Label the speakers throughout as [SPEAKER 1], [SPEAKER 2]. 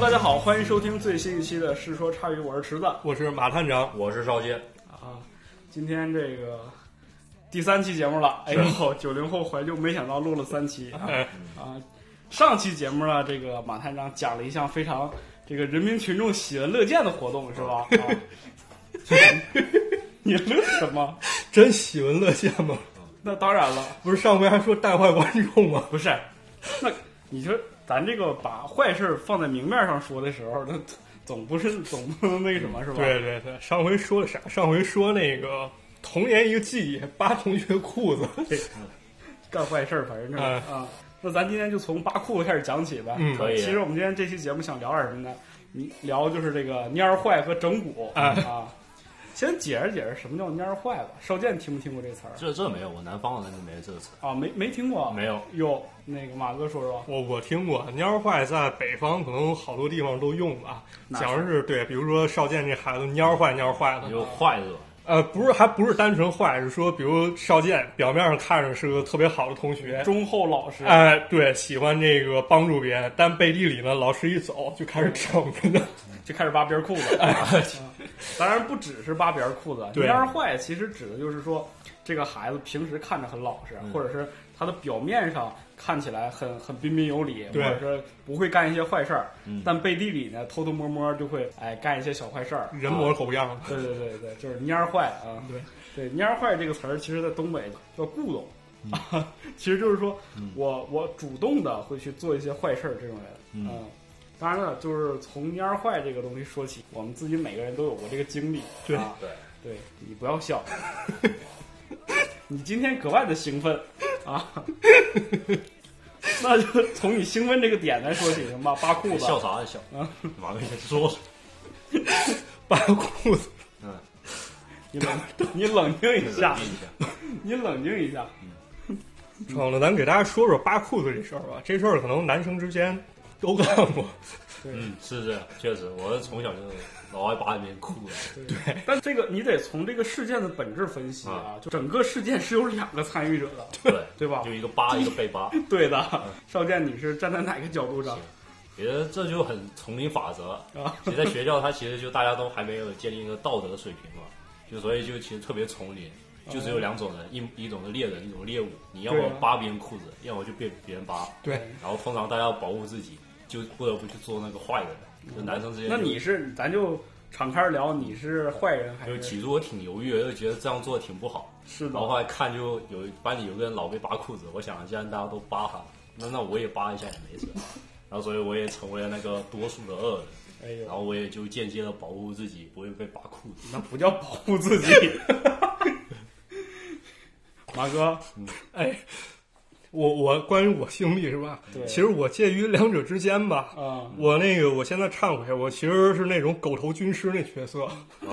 [SPEAKER 1] 大家好，欢迎收听最新一期的《世说差语》，我是池子
[SPEAKER 2] 我是马探长，
[SPEAKER 3] 我是少杰，
[SPEAKER 1] 啊。今天这个第三期节目了，哎呦，九零后怀旧，没想到录了三期
[SPEAKER 2] 哎
[SPEAKER 1] 啊。上期节目呢，这个马探长讲了一项非常这个人民群众喜闻乐见的活动，是吧？ 啊、你乐什么？
[SPEAKER 2] 真喜闻乐见吗？
[SPEAKER 1] 那当然了，
[SPEAKER 2] 不是上回还说带坏观众 吗？
[SPEAKER 1] 不是。那你说咱这个把坏事儿放在明面上说的时候，那总不是总不能那个什么是吧？
[SPEAKER 2] 对对对，上回说了啥？上回说那个童年一个记忆，扒同学裤 子。
[SPEAKER 1] 干坏事儿，反正就是
[SPEAKER 2] 哎
[SPEAKER 1] 啊。那咱今天就从扒裤子开始讲起呗。
[SPEAKER 2] 嗯
[SPEAKER 3] 可以
[SPEAKER 1] 其实我们今天这期节目想聊点什么呢？你聊就是这个蔫儿坏和整蛊、
[SPEAKER 2] 哎
[SPEAKER 1] 啊。先解释解释什么叫蔫儿坏吧。少剑听没听过这词儿
[SPEAKER 3] 这这没有，我南方人就没这词，
[SPEAKER 1] 啊？没没听过。
[SPEAKER 3] 没有。
[SPEAKER 1] 哟，那个马哥说说，
[SPEAKER 2] 我我听过，蔫坏在北方可能好多地方都用吧。
[SPEAKER 1] 哪是
[SPEAKER 2] 讲的是对，比如说少剑这孩子蔫坏蔫坏的，
[SPEAKER 3] 有坏的，
[SPEAKER 2] 呃，不是还不是单纯坏，是说比如少剑表面上看着是个特别好的同学，
[SPEAKER 1] 忠厚老实。
[SPEAKER 2] 哎，对，喜欢这个帮助别人，但背地里呢，老师一走就开始整着呢。
[SPEAKER 1] 就开始扒别人裤子。啊当然不只是扒别人裤子，
[SPEAKER 2] 对
[SPEAKER 1] 蔫儿坏其实指的就是说，这个孩子平时看着很老实，
[SPEAKER 3] 嗯
[SPEAKER 1] 或者是他的表面上看起来很很彬彬有礼，或
[SPEAKER 2] 对
[SPEAKER 1] 者是不会干一些坏事儿，
[SPEAKER 3] 嗯
[SPEAKER 1] 但背地里呢偷偷摸摸就会哎干一些小坏事儿。
[SPEAKER 2] 人模狗样的。
[SPEAKER 1] 对对对对，就是蔫儿坏啊！
[SPEAKER 2] 对
[SPEAKER 1] 对，蔫儿坏这个词儿，其实在东北叫故弄， 其实就是说
[SPEAKER 3] 嗯
[SPEAKER 1] 我我主动的会去做一些坏事儿，这种人，啊
[SPEAKER 3] 嗯
[SPEAKER 1] 当然了，就是从蔫儿坏这个东西说起，我们自己每个人都有过这个经历，
[SPEAKER 2] 对
[SPEAKER 1] 啊、
[SPEAKER 3] 对，
[SPEAKER 1] 对你不要笑， 你今天格外的兴奋啊， 那就从你兴奋这个点来说起行吧，嗯扒裤
[SPEAKER 3] 你
[SPEAKER 1] 子，
[SPEAKER 3] 笑啥呀笑？ 完了，你 说说，
[SPEAKER 2] 扒裤子，
[SPEAKER 3] 嗯，
[SPEAKER 1] 你冷你冷静一 下，
[SPEAKER 3] 一下，
[SPEAKER 1] 你冷静一下，
[SPEAKER 2] 好了，咱给大家说说扒裤子这事儿吧。这事儿可能男生之间都干过。
[SPEAKER 3] 嗯，是这样，确实，我是从小就老爱扒别人裤子，
[SPEAKER 1] 但这个你得从这个事件的本质分析啊，就整个事件是有两个参与者 的，
[SPEAKER 3] 对，
[SPEAKER 1] 对吧？
[SPEAKER 3] 就一个扒一个被扒，
[SPEAKER 1] 对的，少剑，你是站在哪个角度上
[SPEAKER 3] 其实这就很丛林法则。
[SPEAKER 1] 啊？
[SPEAKER 3] 其实，在学校，它其实就大家都还没有建立一个道德水平嘛，就所以就其实特别丛林，就只有两种人，一一种是猎人，一种是猎物。你要
[SPEAKER 1] 嗯对
[SPEAKER 3] 么
[SPEAKER 1] 啊
[SPEAKER 3] 扒别人裤子，要么就被别人扒。
[SPEAKER 2] 对，
[SPEAKER 3] 然后通常大家要保护自己，就不得不去做那个坏人。就男生之间就，
[SPEAKER 1] 那你是咱就敞开聊，你是坏人还
[SPEAKER 3] 就是起初我挺犹豫的，就觉得这样做挺不好。
[SPEAKER 1] 是
[SPEAKER 3] 然后
[SPEAKER 1] 的？
[SPEAKER 3] 后来看就有班里有个人老被扒裤子，我想既然大家都扒他，那那我也扒一下也没事。然后所以我也成为了那个多数的恶人，
[SPEAKER 1] 哎呦
[SPEAKER 3] 然，后我也就间接的保护自己不会被扒裤子。
[SPEAKER 1] 那不叫保护自己。 马哥，
[SPEAKER 2] 哎，我我关于我经历是吧？
[SPEAKER 1] 对
[SPEAKER 2] 其实我介于两者之间吧。
[SPEAKER 1] 啊、
[SPEAKER 2] 我那个，我现在忏悔，我其实是那种狗头军师那角色。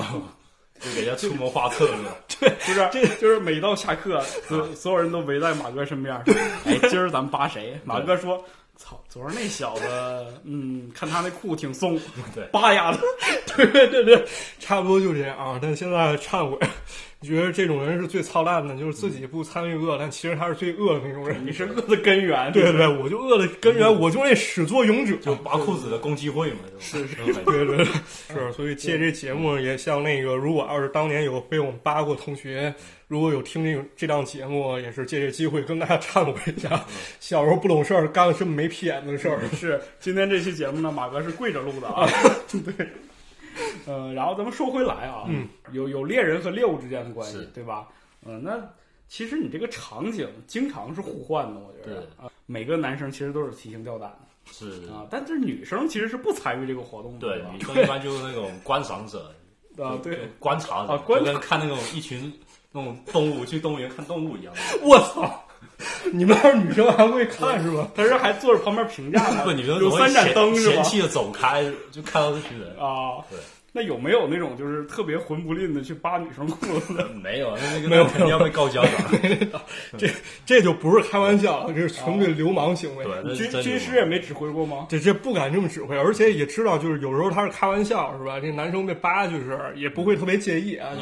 [SPEAKER 3] 就给人家出谋划策 是吧？
[SPEAKER 1] 不是，这就是每到下课，所所有人都围在马哥身边儿。 哎，今儿咱们扒 谁？马哥说：“操，昨儿那小子，嗯，看他那裤挺 松，
[SPEAKER 3] 对
[SPEAKER 1] 扒呀的。
[SPEAKER 2] 对对对，差不多就这样啊。但现在忏悔， 觉得这种人是最操蛋的，就是自己不参与恶，但其实他是最恶的那种人。
[SPEAKER 1] 你是恶的根源。
[SPEAKER 2] 对对，我就恶的根源，
[SPEAKER 1] 嗯
[SPEAKER 2] 我就那始作俑者。
[SPEAKER 3] 就扒裤子的共济会嘛，是是是，
[SPEAKER 2] 对对对， 是，所以借这节目也向那个，如果要是当年有被我们扒过同学，如果有听这种这档节目，也是借这机会跟大家忏悔一下， 小时候不懂事儿，干了这么没屁眼子的事儿。
[SPEAKER 1] 是，今天这期节目呢，马哥是跪着录的啊。 对，呃，然后咱们说回来啊，
[SPEAKER 2] 嗯，
[SPEAKER 1] 有有猎人和猎物之间的关系
[SPEAKER 3] 是，
[SPEAKER 1] 对吧？嗯、那其实你这个场景经常是互换的，我觉得啊，每个男生其实都是提心吊胆的
[SPEAKER 3] 是
[SPEAKER 1] 啊，但是女生其实是不参与这个活动的，
[SPEAKER 3] 对，
[SPEAKER 1] 吧
[SPEAKER 3] 女？生一般就是那种观赏者，
[SPEAKER 1] 啊，
[SPEAKER 3] 就
[SPEAKER 1] 对
[SPEAKER 3] 就，观察者，
[SPEAKER 1] 啊观察
[SPEAKER 3] 就跟看那种一群那种动物去动物园看动物一样，
[SPEAKER 2] 我操， 你们要是女生还会看是吧？
[SPEAKER 1] 他是还坐着旁边评价呢，
[SPEAKER 3] 不，女生
[SPEAKER 1] 有
[SPEAKER 3] 总会
[SPEAKER 1] 三盏
[SPEAKER 3] 嫌
[SPEAKER 1] 灯是吧
[SPEAKER 3] 嫌？弃的走开，就看到这 群人，
[SPEAKER 1] 啊，
[SPEAKER 3] 对。
[SPEAKER 1] 那有没有那种就是特别混不吝的去扒女生裤子的？
[SPEAKER 3] 没有，那那个
[SPEAKER 2] 没有
[SPEAKER 3] 肯定要被告家长，
[SPEAKER 2] 这就不是开玩笑，这是纯粹流氓行为。
[SPEAKER 3] 对，那是
[SPEAKER 1] 军
[SPEAKER 3] 呃真
[SPEAKER 1] 军
[SPEAKER 3] 的
[SPEAKER 1] 师也没指挥过吗？
[SPEAKER 2] 这这不敢这么指挥，而且也知道，就是有时候他是开玩笑，是吧？这男生被扒就是也不会特别介意啊，就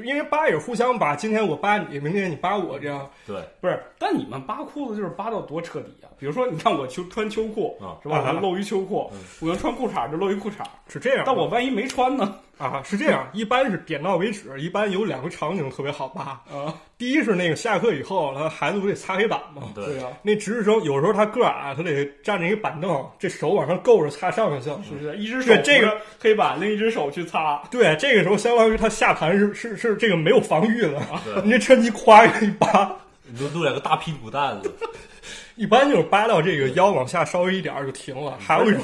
[SPEAKER 2] 就是因为扒也是互相扒，今天我扒你，明天你扒我，这样
[SPEAKER 3] 对，
[SPEAKER 1] 不是，但你们扒裤子就是扒到多彻底啊！比如说，你看我秋穿秋裤
[SPEAKER 3] 啊
[SPEAKER 1] 是吧？
[SPEAKER 2] 啊
[SPEAKER 1] 我就露一秋裤
[SPEAKER 3] 嗯，
[SPEAKER 1] 我要穿裤衩就露一裤衩。
[SPEAKER 2] 是这样。
[SPEAKER 1] 但我万一没穿呢？
[SPEAKER 2] 啊，是这样，一般是点到为止。一般有两个场景特别好扒，
[SPEAKER 1] 啊，
[SPEAKER 2] 第一是那个下课以后，他孩子不得擦黑板吗？
[SPEAKER 3] 对
[SPEAKER 1] 呀，
[SPEAKER 2] 那值日生有时候他个儿矮，他得站着一个板凳，这手往上够着擦上半身。
[SPEAKER 1] 是不是？一只手
[SPEAKER 2] 对这个
[SPEAKER 1] 扶着黑板，另一只手去擦。
[SPEAKER 2] 对，这个时候相当于他下盘是是是这个没有防御的，
[SPEAKER 3] 对
[SPEAKER 2] 你这趁机夸一扒，
[SPEAKER 3] 露露两个大屁股蛋子，
[SPEAKER 2] 一般就是扒到这个腰往下稍微一点儿就停了。还有一种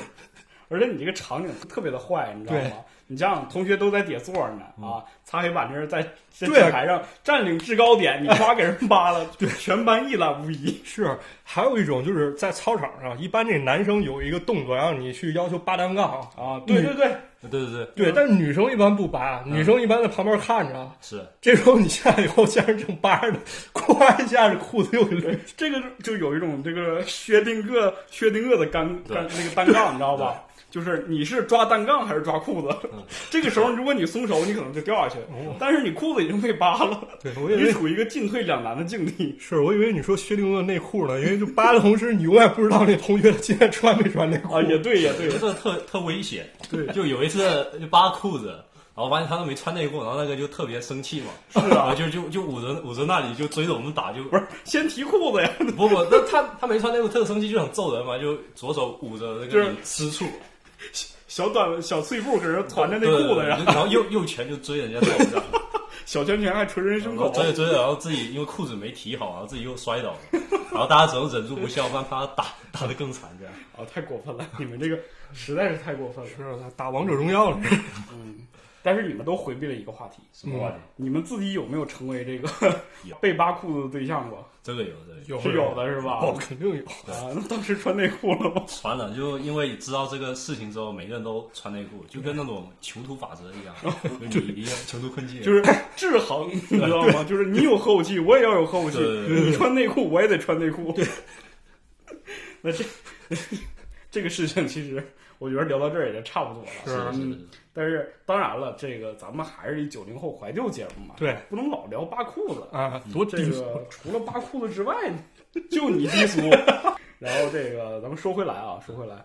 [SPEAKER 1] 而且你这个场景特别的坏，你知道
[SPEAKER 2] 对
[SPEAKER 1] 吗？你像同学都在底座呢啊，擦黑板这是在在
[SPEAKER 2] 对啊
[SPEAKER 1] 讲台上占领制高点，你夸给人扒了，对，全班一览无遗。
[SPEAKER 2] 是，还有一种就是在操场上，一般这男生有一个动作让你去要求扒单杠。
[SPEAKER 1] 啊，对对对，
[SPEAKER 3] 对对对，
[SPEAKER 2] 对，但是女生一般不扒，女生一般在旁边看着。啊
[SPEAKER 3] 是
[SPEAKER 2] 这时候你下来以后，先是正扒着呢，咵一下这裤子又给捋。
[SPEAKER 1] 这个就就有一种这个薛定谔薛定谔的单
[SPEAKER 3] 对
[SPEAKER 1] 单那个单 杠，你知道吧？就是你是抓单杠还是抓裤子
[SPEAKER 3] 嗯？
[SPEAKER 1] 这个时候，如果你松手，你可能就掉下去
[SPEAKER 2] 哦；
[SPEAKER 1] 但是你裤子已经被扒了，
[SPEAKER 2] 对，我以
[SPEAKER 1] 你
[SPEAKER 2] 为
[SPEAKER 1] 处于一个进退两难的境地。
[SPEAKER 2] 是，我以为你说薛定谔内裤呢，因为就扒的同时，你永远不知道那同学今天穿没穿内裤。
[SPEAKER 1] 啊，也对，也对
[SPEAKER 3] 有一，次特特危险，
[SPEAKER 2] 对
[SPEAKER 3] 就有一次就扒裤子，然后发现他都没穿内裤，然后那个就特别生气嘛，是
[SPEAKER 1] 啊
[SPEAKER 3] 就就就捂着捂着那里就追着我们打，就
[SPEAKER 1] 不是先提裤子呀，
[SPEAKER 3] 不不，那他他没穿内裤特生气就想揍人嘛，就左手捂着那
[SPEAKER 1] 就是
[SPEAKER 3] 个私处，
[SPEAKER 1] 小短小碎步搁这团着那
[SPEAKER 3] 对
[SPEAKER 1] 裤子，然
[SPEAKER 3] 对
[SPEAKER 1] 后
[SPEAKER 3] 对然后右右拳就追人家头上，
[SPEAKER 1] 小拳拳还捶人胸
[SPEAKER 3] 然
[SPEAKER 1] 口
[SPEAKER 2] 哦
[SPEAKER 3] 后。追着追着，然后自己因为裤子没提好，然后自己又摔倒了，然后大家只能忍住不笑，不然怕他打 打得更惨这样。
[SPEAKER 1] 啊，太过分了！你们这个实在是太过分了。
[SPEAKER 2] 是啊打王者荣耀了。
[SPEAKER 1] 嗯，但是你们都回避了一个话题，
[SPEAKER 3] 什么玩意儿？
[SPEAKER 1] 你们自己有没有成为这个
[SPEAKER 3] 嗯 有
[SPEAKER 1] 被扒裤子的对象过？
[SPEAKER 3] 这个有这个有
[SPEAKER 2] 有
[SPEAKER 1] 是有的，是 吧？
[SPEAKER 2] 哦，肯定有。
[SPEAKER 3] 对
[SPEAKER 1] 啊，那当时穿内裤了 吗？
[SPEAKER 3] 传了，就因为知道这个事情之后，每个人都穿内裤，就跟那种囚徒法则一样，哦就你一定要囚徒困境，
[SPEAKER 1] 就是制 衡，你知道吗？就是你有呵护器，我也要有呵护器；
[SPEAKER 3] 对对
[SPEAKER 1] 你穿内裤，我也得穿内裤。 那这 这个事情，其实我觉得聊到这儿也就差不多了。
[SPEAKER 3] 是是是
[SPEAKER 1] 嗯但是当然了，这个咱们还是一九零后怀旧节目嘛，
[SPEAKER 2] 对，
[SPEAKER 1] 不能老聊扒裤子。
[SPEAKER 2] 啊，多低
[SPEAKER 1] 这
[SPEAKER 2] 俗。
[SPEAKER 1] 个除了扒裤子之外， 就你低俗。然后这个咱们说回来啊，说回来，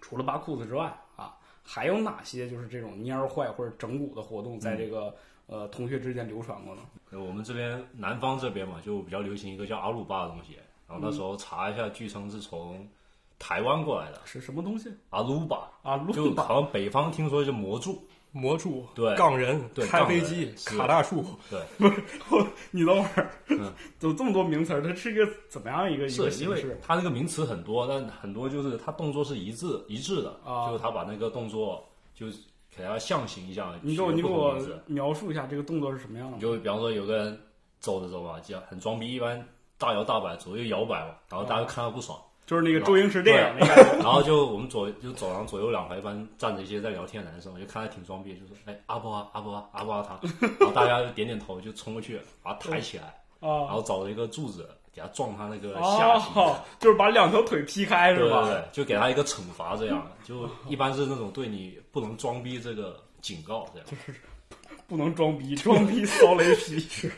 [SPEAKER 1] 除了扒裤子之外啊，还有哪些就是这种蔫儿坏或者整蛊的活动，在这个、呃同学之间流传过呢？
[SPEAKER 3] 呃我们这边南方这边嘛，就比较流行一个叫阿鲁巴的东西，然后那时候查一下，据称是从台湾过来的
[SPEAKER 1] 是什么东西
[SPEAKER 3] 阿鲁巴，
[SPEAKER 1] 啊？路
[SPEAKER 3] 就
[SPEAKER 1] 霸
[SPEAKER 3] 好像北方听说是魔柱，
[SPEAKER 2] 魔柱、
[SPEAKER 3] 对
[SPEAKER 2] 杠人、
[SPEAKER 3] 对
[SPEAKER 2] 开
[SPEAKER 3] 杠
[SPEAKER 2] 飞
[SPEAKER 3] 人
[SPEAKER 2] 机、
[SPEAKER 3] 是
[SPEAKER 2] 卡大树，
[SPEAKER 3] 对，
[SPEAKER 1] 你等会儿
[SPEAKER 3] 嗯，
[SPEAKER 1] 怎么这么多名词儿？它是一个怎么样一个一个
[SPEAKER 3] 是因
[SPEAKER 1] 形
[SPEAKER 3] 为
[SPEAKER 1] 式？
[SPEAKER 3] 它那个名词很多，但很多就是它动作是一致一致的，
[SPEAKER 1] 啊
[SPEAKER 3] 就是他把那个动作就是给它象形一下，
[SPEAKER 1] 你给我
[SPEAKER 3] 取
[SPEAKER 1] 你
[SPEAKER 3] 了
[SPEAKER 1] 给
[SPEAKER 3] 不同
[SPEAKER 1] 我
[SPEAKER 3] 名字
[SPEAKER 1] 描述一下这个动作是什么样的
[SPEAKER 3] 你？就比方说有个人走着走嘛，就很装逼，一般大摇大摆，左右摇摆嘛，然后大家看他不爽，
[SPEAKER 1] 就是嗯那个
[SPEAKER 3] 啊
[SPEAKER 1] 周星驰电影那个
[SPEAKER 3] 然后就我们左就走廊左右两排，一般站着一些在聊天的男生，我就看他挺装逼，就说哎阿波啊阿波啊阿波啊他， 然后大家就点点头就冲过去把他抬起来，然
[SPEAKER 1] 啊。
[SPEAKER 3] 后找了一个柱子给他撞他那个下体。
[SPEAKER 1] 哦， 就是把两条腿劈开
[SPEAKER 3] 对
[SPEAKER 1] 是吧？
[SPEAKER 3] 对对，就给他一个惩罚，这样就一般是那种对你不能装逼这个警告， 这样
[SPEAKER 1] 不能装逼， 装逼骚雷皮 是。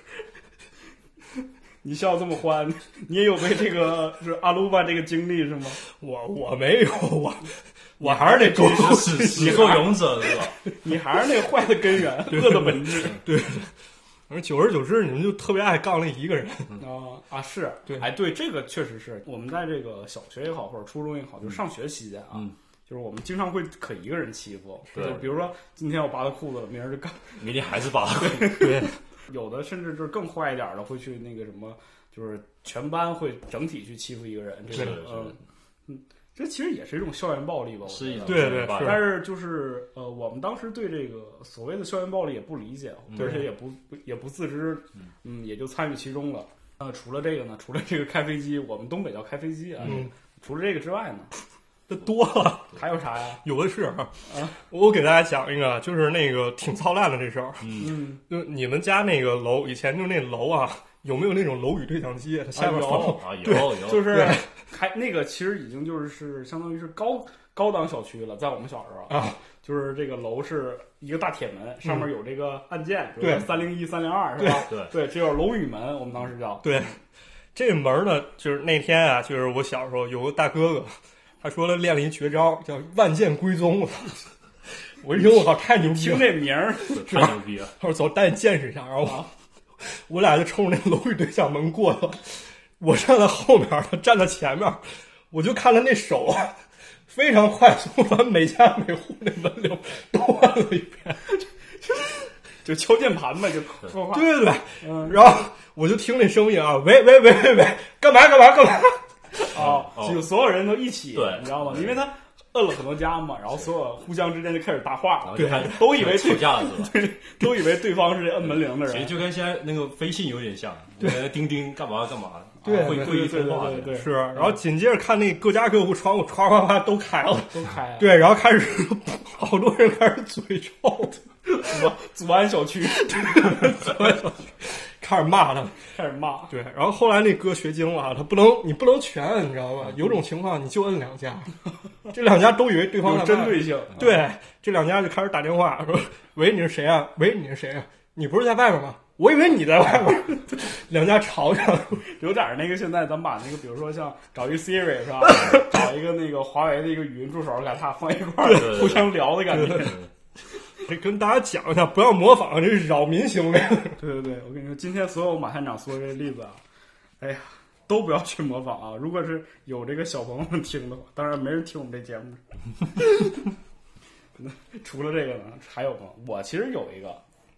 [SPEAKER 1] 你笑得这么欢，你也有被这个是阿鲁巴这个经历是吗？
[SPEAKER 2] 我我没有，我 我还 是得啊狗
[SPEAKER 3] 你是始作俑者是吧？
[SPEAKER 1] 你还是那个坏的根 源，恶的本质
[SPEAKER 2] 而久而久之，你们就特别爱杠那一个人。
[SPEAKER 1] 啊啊是，
[SPEAKER 2] 对
[SPEAKER 1] 哎对，这个确实是我们在这个小学也好，或者初中也好，就上学期间啊，
[SPEAKER 3] 嗯
[SPEAKER 1] 就是我们经常会可一个人欺负，
[SPEAKER 3] 对
[SPEAKER 1] 就比如说今天我扒他裤子了，明儿就干，
[SPEAKER 3] 明天还是把他
[SPEAKER 2] 对，
[SPEAKER 1] 有的甚至就是更坏一点的会去那个什么，就是全班会整体去欺负一个人，这
[SPEAKER 3] 是
[SPEAKER 1] 个
[SPEAKER 3] 的是的
[SPEAKER 1] 嗯嗯，这其实也是一种校园暴力吧，我觉
[SPEAKER 3] 是
[SPEAKER 1] 得
[SPEAKER 3] 一种
[SPEAKER 2] 对对
[SPEAKER 3] 办
[SPEAKER 2] 是
[SPEAKER 3] 法
[SPEAKER 1] 但是就是呃，我们当时对这个所谓的校园暴力也不理解，
[SPEAKER 3] 嗯
[SPEAKER 1] 而且也不也不自知，嗯，也就参与其中了。那除了这个呢？除了这个开飞机，我们东北叫开飞机啊。
[SPEAKER 2] 嗯，
[SPEAKER 1] 除了这个之外呢，
[SPEAKER 2] 这多了。
[SPEAKER 1] 还有啥呀？
[SPEAKER 2] 有的是啊，我给大家讲一个，就是那个挺操蛋的这事儿。
[SPEAKER 1] 嗯，
[SPEAKER 2] 就你们家那个楼，以前就那楼啊，有没有那种楼宇对讲机？它下
[SPEAKER 1] 啊
[SPEAKER 2] 面
[SPEAKER 1] 有
[SPEAKER 2] 放
[SPEAKER 3] 啊，有有，
[SPEAKER 1] 就是
[SPEAKER 2] 对
[SPEAKER 1] 开那个，其实已经就是是相当于是高高档小区了，在我们小时候
[SPEAKER 2] 啊，嗯
[SPEAKER 1] 就是这个楼是一个大铁门，上面有这个按键，
[SPEAKER 2] 对
[SPEAKER 1] 三零一、三零二是吧？
[SPEAKER 3] 对，
[SPEAKER 1] 对，这叫楼宇门，我们当时叫。
[SPEAKER 2] 这门儿呢，就是那天啊，就是我小时候有个大哥哥，他说了练了一绝招，叫万剑归宗。 我一听，我靠，太牛逼
[SPEAKER 1] 听
[SPEAKER 2] 了！
[SPEAKER 1] 这名儿，啊
[SPEAKER 3] 对太牛逼了！
[SPEAKER 2] 他说走，带你见识一下。然后我、我俩就冲着那楼宇对向门过去了，我站在后面，他站在前面，我就看他那手啊，非常快速把每家每户那门铃都按了一遍。
[SPEAKER 1] 就敲键盘嘛，就说话。
[SPEAKER 2] 对对对，
[SPEAKER 1] 嗯，
[SPEAKER 2] 然后我就听那声音啊，喂喂喂喂喂，干嘛干嘛干嘛？
[SPEAKER 1] 哦，
[SPEAKER 3] 哦
[SPEAKER 1] 就所有人都一起，
[SPEAKER 3] 对
[SPEAKER 1] 你知道吗？
[SPEAKER 3] 对
[SPEAKER 1] 因为他摁了很多家嘛，然后所有互相之间就开始搭
[SPEAKER 3] 然
[SPEAKER 1] 话，
[SPEAKER 3] 后就开始
[SPEAKER 1] 都以为
[SPEAKER 3] 吵架了是吧？
[SPEAKER 1] 都以为对方是这摁门铃的
[SPEAKER 3] 其实
[SPEAKER 1] 人。
[SPEAKER 3] 就跟现在那个飞信有点像，对，钉钉干嘛干嘛，
[SPEAKER 2] 对
[SPEAKER 3] 会
[SPEAKER 2] 对
[SPEAKER 3] 会议
[SPEAKER 1] 对对
[SPEAKER 3] 通话
[SPEAKER 1] 对对，
[SPEAKER 2] 是，然后紧接着看那各家各户窗户唰唰唰都开了，
[SPEAKER 1] 都开了，
[SPEAKER 2] 对，然后开始 好多人开始嘴臭，
[SPEAKER 1] 什么祖安小区
[SPEAKER 2] 开始骂他们。
[SPEAKER 1] 开始骂，
[SPEAKER 2] 对，然后后来那哥学精了啊，他不能你不能全摁，你知道吧？有种情况你就摁两 家，这两家都以为对方在
[SPEAKER 1] 有针。
[SPEAKER 2] 骂
[SPEAKER 1] 对性。
[SPEAKER 3] 嗯
[SPEAKER 2] 对，这两家就开始打电话说：“喂，你是谁啊？喂，你是谁啊？你不是在外面吗？我以为你在外面。”两家吵吵。
[SPEAKER 1] 有点儿那个现在咱把那个，比如说像找一个 Siri 是吧，找一个那个华为的一个语音助手，俩他放一块
[SPEAKER 3] 对对
[SPEAKER 1] 儿
[SPEAKER 3] 对
[SPEAKER 1] 互相聊的感觉。
[SPEAKER 3] 对
[SPEAKER 2] 跟大家讲一下，不要模仿，这是扰民行为。
[SPEAKER 1] 对对对，我跟你说，今天所有马探长说的这例子啊，哎呀，都不要去模仿啊！如果是有这个小朋友们听的话，当然没人听我们这节目。 除了这个呢，还有吗？我其实有一个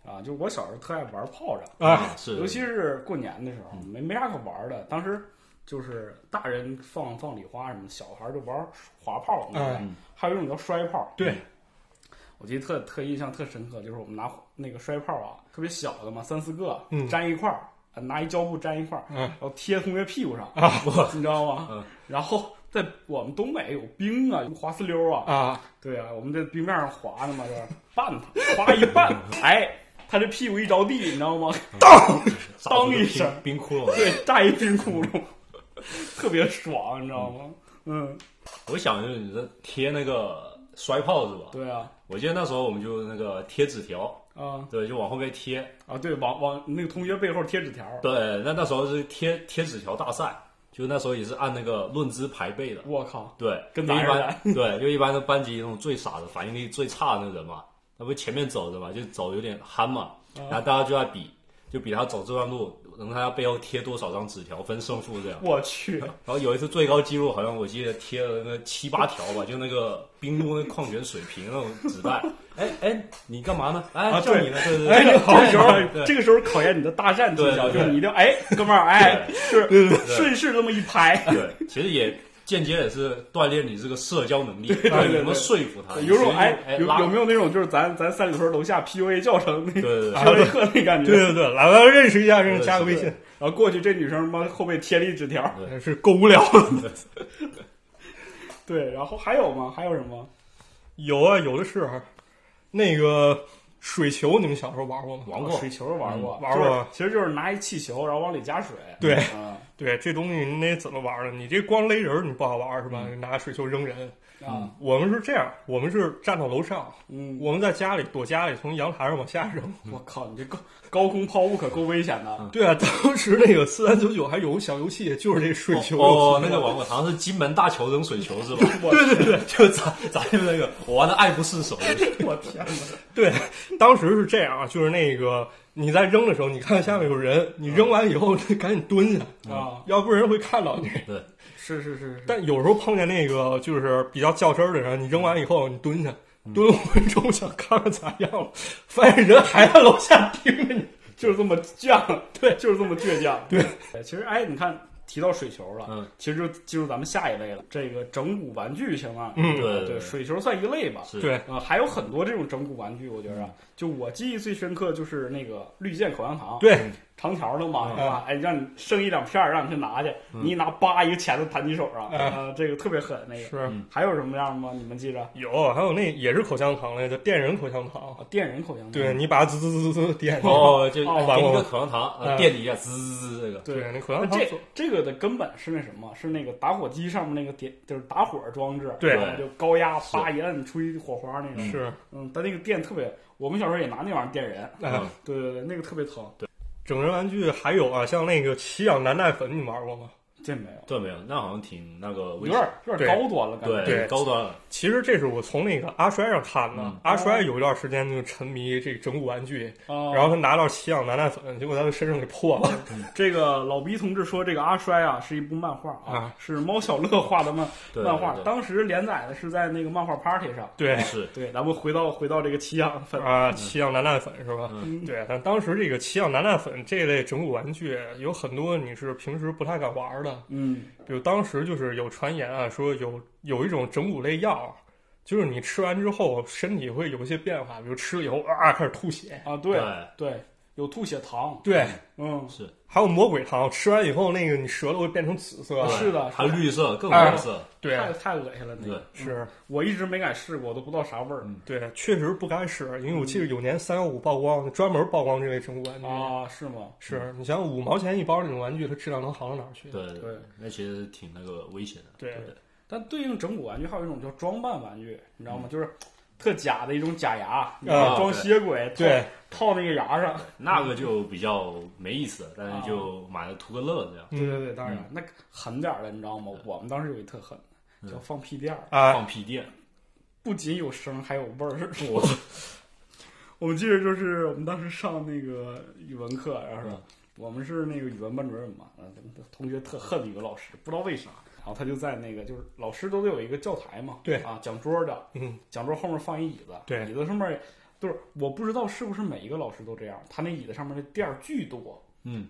[SPEAKER 1] 啊，就是我小时候特爱玩炮仗，
[SPEAKER 2] 啊，
[SPEAKER 3] 是，嗯
[SPEAKER 1] 尤其是过年的时候，没没啥可玩的。当时就是大人放放礼花什么，小孩就玩滑炮，你知道吧
[SPEAKER 3] 嗯
[SPEAKER 1] 还有一种叫摔炮。嗯
[SPEAKER 2] 对，
[SPEAKER 1] 我记得特特印象特深刻，就是我们拿那个摔炮啊，特别小的嘛，三四个
[SPEAKER 2] 嗯
[SPEAKER 1] 粘一块儿，呃拿一胶布粘一块儿，
[SPEAKER 2] 嗯
[SPEAKER 1] 然后贴同学屁股上，
[SPEAKER 2] 啊
[SPEAKER 1] 你知道吗
[SPEAKER 3] 嗯？
[SPEAKER 1] 然后在我们东北有冰啊，有滑丝溜啊，
[SPEAKER 2] 啊，
[SPEAKER 1] 对啊，我们在冰面上滑呢嘛，就是绊他，滑一 绊，哎，他这屁股一着地，你知道吗？
[SPEAKER 3] 炸出
[SPEAKER 1] 当
[SPEAKER 3] 个
[SPEAKER 1] 一
[SPEAKER 3] 冰
[SPEAKER 1] 声
[SPEAKER 3] 冰窟窿，
[SPEAKER 1] 对，炸一冰窟窿， 特别爽，你知道吗？嗯，
[SPEAKER 3] 我想就是你这贴那个摔炮是吧？
[SPEAKER 1] 对啊，
[SPEAKER 3] 我记得那时候我们就那个贴纸条，
[SPEAKER 1] 啊
[SPEAKER 3] 对，就往后面贴。
[SPEAKER 1] 啊，对，往往那个同学背后贴纸条儿，
[SPEAKER 3] 对，那那时候是贴贴纸条大赛，就那时候也是按那个论资排辈的。
[SPEAKER 1] 我靠，
[SPEAKER 3] 对，
[SPEAKER 1] 跟
[SPEAKER 3] 就
[SPEAKER 1] 咱
[SPEAKER 3] 一
[SPEAKER 1] 似
[SPEAKER 3] 般对，就一般的班级那种最傻的、反应力最差的那个人嘛，他不前面走着嘛，就走有点憨嘛，然后大家就在比，就比他走这段路，能看他背后贴多少张纸条，分胜负这样。
[SPEAKER 1] 我去，
[SPEAKER 3] 然后有一次最高纪录，好像我记得贴了那七八条吧，就那个冰露那矿泉水瓶那种纸袋。哎哎，你干嘛呢？哎，
[SPEAKER 1] 啊
[SPEAKER 3] 叫
[SPEAKER 1] 对
[SPEAKER 3] 你呢，对对 对，
[SPEAKER 1] 哎，这
[SPEAKER 3] 对
[SPEAKER 1] 个时候，
[SPEAKER 3] 对
[SPEAKER 1] 这个时候考验你的大战技巧，
[SPEAKER 3] 对对对
[SPEAKER 1] 就是你一定要哎，哥们儿，哎，是顺势这么一 拍，
[SPEAKER 3] 对，其实也间接也是锻炼你这个社交能力，
[SPEAKER 1] 对
[SPEAKER 3] 让你
[SPEAKER 1] 对
[SPEAKER 3] 能够
[SPEAKER 1] 对
[SPEAKER 3] 说服他，
[SPEAKER 1] 有种
[SPEAKER 3] 哎
[SPEAKER 1] 哎，有
[SPEAKER 3] 拉
[SPEAKER 1] 有没有那种就是咱咱三里屯楼下 PUA 教程那
[SPEAKER 3] 对
[SPEAKER 1] 个
[SPEAKER 3] 对对哦
[SPEAKER 1] 上了课那感
[SPEAKER 2] 对
[SPEAKER 1] 觉，
[SPEAKER 2] 对对，来来认识一下，认识加个微信，
[SPEAKER 1] 然后过去这女生妈后背贴了一纸条儿，
[SPEAKER 3] 对
[SPEAKER 2] 是够无聊。
[SPEAKER 1] 对，然后还有吗？还有什么？
[SPEAKER 2] 有啊，有的是。那个水球，你们小时候玩过吗？
[SPEAKER 3] 玩过
[SPEAKER 1] 哦水球玩过，
[SPEAKER 2] 嗯玩
[SPEAKER 1] 就是
[SPEAKER 2] 过
[SPEAKER 1] 其实就是拿一气球，然后往里加水。
[SPEAKER 2] 对
[SPEAKER 1] 嗯
[SPEAKER 2] 对，这东西你得怎么玩呢？你这光勒人儿你不好玩是吧？
[SPEAKER 3] 嗯
[SPEAKER 2] 拿水球扔人。
[SPEAKER 1] 啊，
[SPEAKER 2] 我们是这样，我们是站到楼上，
[SPEAKER 1] 嗯，
[SPEAKER 2] 我们在家里躲家里，从阳台上往下扔。
[SPEAKER 1] 我靠，你这高高空抛物可够危险的。
[SPEAKER 2] 对啊，当时那个四三九九还有个小游戏，就是这水球。
[SPEAKER 3] 哦，那个玩过，好像是金门大球扔水 球是吧？
[SPEAKER 1] 我
[SPEAKER 2] 对对对
[SPEAKER 3] 就咱咱们那个，我玩的爱不释手，
[SPEAKER 1] 我天哪！
[SPEAKER 2] 对，当时是这样啊，就是那个你在扔的时候，你看下面有人，你扔完以后赶紧蹲下，
[SPEAKER 3] 嗯
[SPEAKER 1] 啊，
[SPEAKER 2] 要不然会看到你。
[SPEAKER 3] 对，
[SPEAKER 1] 是是是是，
[SPEAKER 2] 但有时候碰见那个就是比较较真儿的人，你扔完以后你蹲下，
[SPEAKER 3] 嗯
[SPEAKER 2] 蹲五分钟，想看看咋样了，发现人还在楼下盯着你。
[SPEAKER 1] 就是这么犟， 对，就是这么倔强。 对，其实哎，你看提到水球了，
[SPEAKER 3] 嗯，
[SPEAKER 1] 其实就进入咱们下一类了，这个整蛊玩具行吗？
[SPEAKER 2] 嗯
[SPEAKER 3] 对
[SPEAKER 1] 对，水球算一类吧。
[SPEAKER 3] 是，
[SPEAKER 2] 对，
[SPEAKER 1] 呃，还有很啊多这种整蛊玩具，我觉着，就我记忆最深刻就是那个绿箭口香糖，
[SPEAKER 2] 对，
[SPEAKER 1] 长条的嘛，
[SPEAKER 3] 嗯
[SPEAKER 1] 是吧？哎，让你剩一两片儿，让你去拿去，
[SPEAKER 3] 嗯
[SPEAKER 1] 你一拿，叭，一个钳子弹你手上，
[SPEAKER 2] 嗯
[SPEAKER 1] 啊，这个特别狠。那个
[SPEAKER 2] 是
[SPEAKER 1] 还有什么样吗？你们记着，
[SPEAKER 2] 有，还有那也是口香糖类的电人口香糖，
[SPEAKER 1] 啊电人口香糖，
[SPEAKER 2] 对你把它滋滋滋滋点上，
[SPEAKER 3] 哦，就
[SPEAKER 1] 哦
[SPEAKER 3] 给你个口香糖，
[SPEAKER 2] 嗯
[SPEAKER 3] 呃垫底一下，滋滋滋，这个
[SPEAKER 1] 对
[SPEAKER 2] 对，那口
[SPEAKER 1] 那
[SPEAKER 2] 香糖
[SPEAKER 1] 这这个的根本是那什么？是那个打火机上面那个点，就是打火装置，
[SPEAKER 2] 对
[SPEAKER 1] 然后就高压
[SPEAKER 3] 是
[SPEAKER 1] 叭一摁出一火花那种。
[SPEAKER 2] 是
[SPEAKER 1] 嗯，但那个电特别，我们小时候也拿那玩意儿电人，
[SPEAKER 2] 啊，
[SPEAKER 3] 嗯
[SPEAKER 1] 对对对，那个特别疼。
[SPEAKER 2] 整人玩具还有啊，像那个奇痒难耐粉，你玩过吗？
[SPEAKER 1] 这没有，
[SPEAKER 3] 对没有？那好像挺那个
[SPEAKER 1] 有
[SPEAKER 3] 危
[SPEAKER 1] 点
[SPEAKER 3] 险，
[SPEAKER 1] 儿有点儿高端了，感觉。
[SPEAKER 3] 对，
[SPEAKER 2] 对
[SPEAKER 3] 高端了，
[SPEAKER 2] 其实这是我从那个阿衰上看的，
[SPEAKER 3] 嗯
[SPEAKER 2] 阿衰有一段时间就沉迷这整蛊玩具，
[SPEAKER 1] 啊，
[SPEAKER 2] 然后他拿到奇痒难耐粉，结果他的身上给破了。
[SPEAKER 1] 这个老逼同志说，这个阿衰啊是一部漫画啊，
[SPEAKER 2] 啊
[SPEAKER 1] 是猫小乐画的漫
[SPEAKER 3] 对
[SPEAKER 1] 漫画，
[SPEAKER 3] 对
[SPEAKER 1] 当时连载的是在那个漫画 Party 上。
[SPEAKER 2] 对
[SPEAKER 3] 对是
[SPEAKER 1] 对，咱们回到回到这个奇痒粉，
[SPEAKER 2] 啊，奇痒难耐粉是吧？
[SPEAKER 1] 嗯
[SPEAKER 2] 对，但当时这个奇痒难耐粉这类整蛊玩具有很多你是平时不太敢玩的，
[SPEAKER 1] 嗯，
[SPEAKER 2] 比如当时就是有传言啊，说有有一种整蛊类药，啊就是你吃完之后身体会有一些变化，比如吃了以后啊开始吐血，
[SPEAKER 1] 啊，对
[SPEAKER 3] 对
[SPEAKER 1] 对，有吐血糖，
[SPEAKER 2] 对，
[SPEAKER 1] 嗯，
[SPEAKER 3] 是
[SPEAKER 2] 还有魔鬼糖，吃完以后那个你舌头会变成紫色，
[SPEAKER 3] 对
[SPEAKER 1] 是的
[SPEAKER 3] 还有绿色，更
[SPEAKER 2] 哎
[SPEAKER 3] 绿色，
[SPEAKER 2] 对，
[SPEAKER 1] 嗯太太恶心了，那个
[SPEAKER 2] 是，
[SPEAKER 1] 我一直没敢试过，我都不知道啥味儿
[SPEAKER 3] 嗯
[SPEAKER 2] 对，确实不该使，因为我记得有年三幺五曝光，专门曝光这类整蛊玩具。
[SPEAKER 1] 嗯啊，是吗？
[SPEAKER 2] 是你想五毛钱一包这种玩具，它质量能好到哪儿去？
[SPEAKER 3] 对
[SPEAKER 1] 对，
[SPEAKER 3] 那其实挺那个危险的，
[SPEAKER 2] 对
[SPEAKER 3] 对
[SPEAKER 1] 但对应整蛊玩具还有一种叫装扮玩具，你知道吗？就是特假的一种假牙，你
[SPEAKER 2] 啊
[SPEAKER 1] 装吸血鬼，套
[SPEAKER 2] 对，
[SPEAKER 1] 套那个牙上。
[SPEAKER 3] 那个就比较没意思，但是就买了图个乐这样，
[SPEAKER 1] 对
[SPEAKER 2] 嗯
[SPEAKER 1] 对对，当然那狠点儿的，你知道吗？我们当时有一特狠的，
[SPEAKER 3] 嗯
[SPEAKER 1] 叫放屁垫儿，
[SPEAKER 2] 啊，
[SPEAKER 3] 放屁垫，
[SPEAKER 1] 不仅有声，还有味儿。
[SPEAKER 3] 我
[SPEAKER 1] 我们记得就是我们当时上那个语文课，然后
[SPEAKER 3] 嗯
[SPEAKER 1] 我们是那个语文班主任嘛，然后同学特恨语文老师，不知道为啥，然后他就在那个就是老师都得有一个教台嘛，
[SPEAKER 2] 对
[SPEAKER 1] 啊，讲桌的，
[SPEAKER 2] 嗯，
[SPEAKER 1] 讲桌后面放一椅子，
[SPEAKER 2] 对
[SPEAKER 1] 椅子上面就是我不知道是不是每一个老师都这样，他那椅子上面的垫儿巨多，
[SPEAKER 3] 嗯，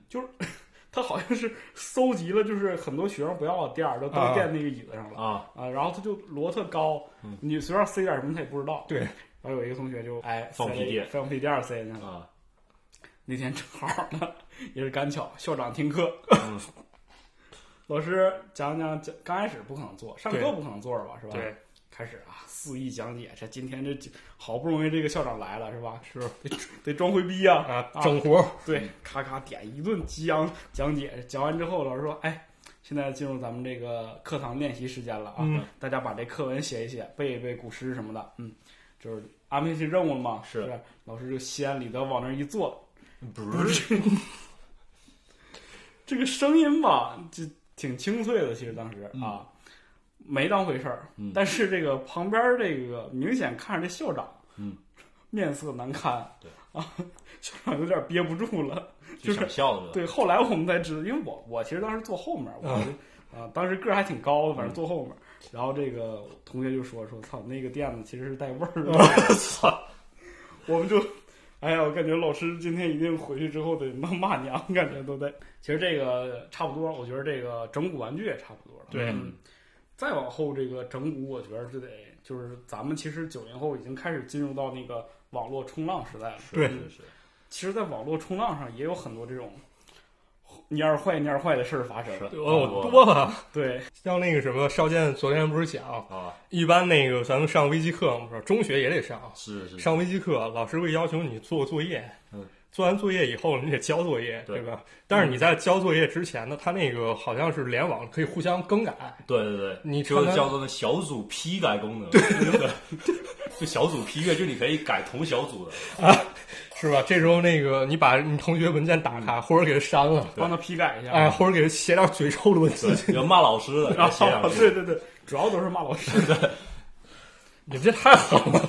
[SPEAKER 1] 他好像是 搜集了就是很多学生不要的垫儿，都都
[SPEAKER 2] 啊
[SPEAKER 1] 垫那个椅子上了。
[SPEAKER 3] 啊，
[SPEAKER 1] 啊，然后他就摞特高，
[SPEAKER 3] 嗯
[SPEAKER 1] 你随便塞点什么他也不知道。
[SPEAKER 2] 对
[SPEAKER 1] 然后有一个同学就哎
[SPEAKER 3] 放
[SPEAKER 1] 塞
[SPEAKER 3] 屁
[SPEAKER 1] 了一
[SPEAKER 3] 垫
[SPEAKER 1] 放屁垫儿塞进去了。
[SPEAKER 3] 啊，
[SPEAKER 1] 那天正好呢，也是赶巧校长听课，
[SPEAKER 3] 嗯
[SPEAKER 1] 老师讲讲讲，刚开始不可能坐，上课
[SPEAKER 2] 对
[SPEAKER 1] 不可能坐着吧，是吧？
[SPEAKER 2] 对，
[SPEAKER 1] 开始啊，肆意讲解。这今天这好不容易这个校长来了，是吧？
[SPEAKER 2] 是
[SPEAKER 1] 得得装回逼呀、
[SPEAKER 2] 啊，整活儿
[SPEAKER 1] 对，咔咔点一顿激昂讲解，讲完之后，老师说：“哎，现在进入咱们这个课堂练习时间了啊，
[SPEAKER 2] 嗯
[SPEAKER 1] 大家把这课文写一写，背一背古诗什么的。”嗯，就是安排这任务了嘛。
[SPEAKER 3] 是
[SPEAKER 1] 吧老师就心安理得往那儿一坐，
[SPEAKER 3] 不是，
[SPEAKER 1] 这个声音吧，就挺清脆的。其实当时
[SPEAKER 3] 嗯
[SPEAKER 1] 啊，没当回事儿，
[SPEAKER 3] 嗯
[SPEAKER 1] 但是这个旁边儿这个明显看着这校长，
[SPEAKER 3] 嗯，
[SPEAKER 1] 面色难堪，
[SPEAKER 3] 对
[SPEAKER 1] 啊，校长有点憋不住了。
[SPEAKER 3] 就想笑了，
[SPEAKER 1] 对，后来我们才知道，因为我我其实当时坐后面，我
[SPEAKER 2] 啊
[SPEAKER 1] 就啊、当时个儿还挺高的，反
[SPEAKER 3] 嗯
[SPEAKER 1] 正坐后面。然后这个同学就说说，操，那个垫子其实是带味儿的。
[SPEAKER 3] 操，
[SPEAKER 1] 我们就，哎呀，我感觉老师今天一定回去之后得骂骂娘，感觉都在。其实这个差不多，我觉得这个整蛊玩具也差不多了。
[SPEAKER 2] 对
[SPEAKER 1] 嗯再往后这个整蛊，我觉得就得就是咱们其实九零后已经开始进入到那个网络冲浪时代了。嗯
[SPEAKER 3] 是
[SPEAKER 2] 对
[SPEAKER 3] 是是，
[SPEAKER 1] 其实，在网络冲浪上也有很多这种蔫儿坏、蔫儿坏的事儿发生。
[SPEAKER 3] 是
[SPEAKER 2] 哦，多了。
[SPEAKER 1] 对，
[SPEAKER 2] 像那个什么，少剑昨天不是讲，
[SPEAKER 3] 啊，
[SPEAKER 2] 一般那个咱们上微机课，我们说中学也得上，
[SPEAKER 3] 是是
[SPEAKER 2] 上微机课，老师会要求你做作业。
[SPEAKER 3] 嗯，
[SPEAKER 2] 做完作业以后，你得交作业，
[SPEAKER 3] 对嗯
[SPEAKER 2] 对吧？但是你在交作业之前呢，他那个好像是联网可以互相更改。
[SPEAKER 3] 对对对，
[SPEAKER 2] 你
[SPEAKER 3] 就
[SPEAKER 2] 看看
[SPEAKER 3] 叫做那小组批改功能，对， 就小组批阅，就你可以改同小组的，
[SPEAKER 2] 是吧？这时候那个你把你同学文件打
[SPEAKER 3] 嗯
[SPEAKER 2] 开，或者给他删了，
[SPEAKER 1] 帮他批改一下。
[SPEAKER 2] 哎，或者给他写点嘴臭的文字。
[SPEAKER 3] 对，有骂老师的，
[SPEAKER 1] 然
[SPEAKER 3] 有写 两
[SPEAKER 1] 后，
[SPEAKER 3] 句
[SPEAKER 1] 对对对，主要都是骂老师。
[SPEAKER 2] 你们这太狠了。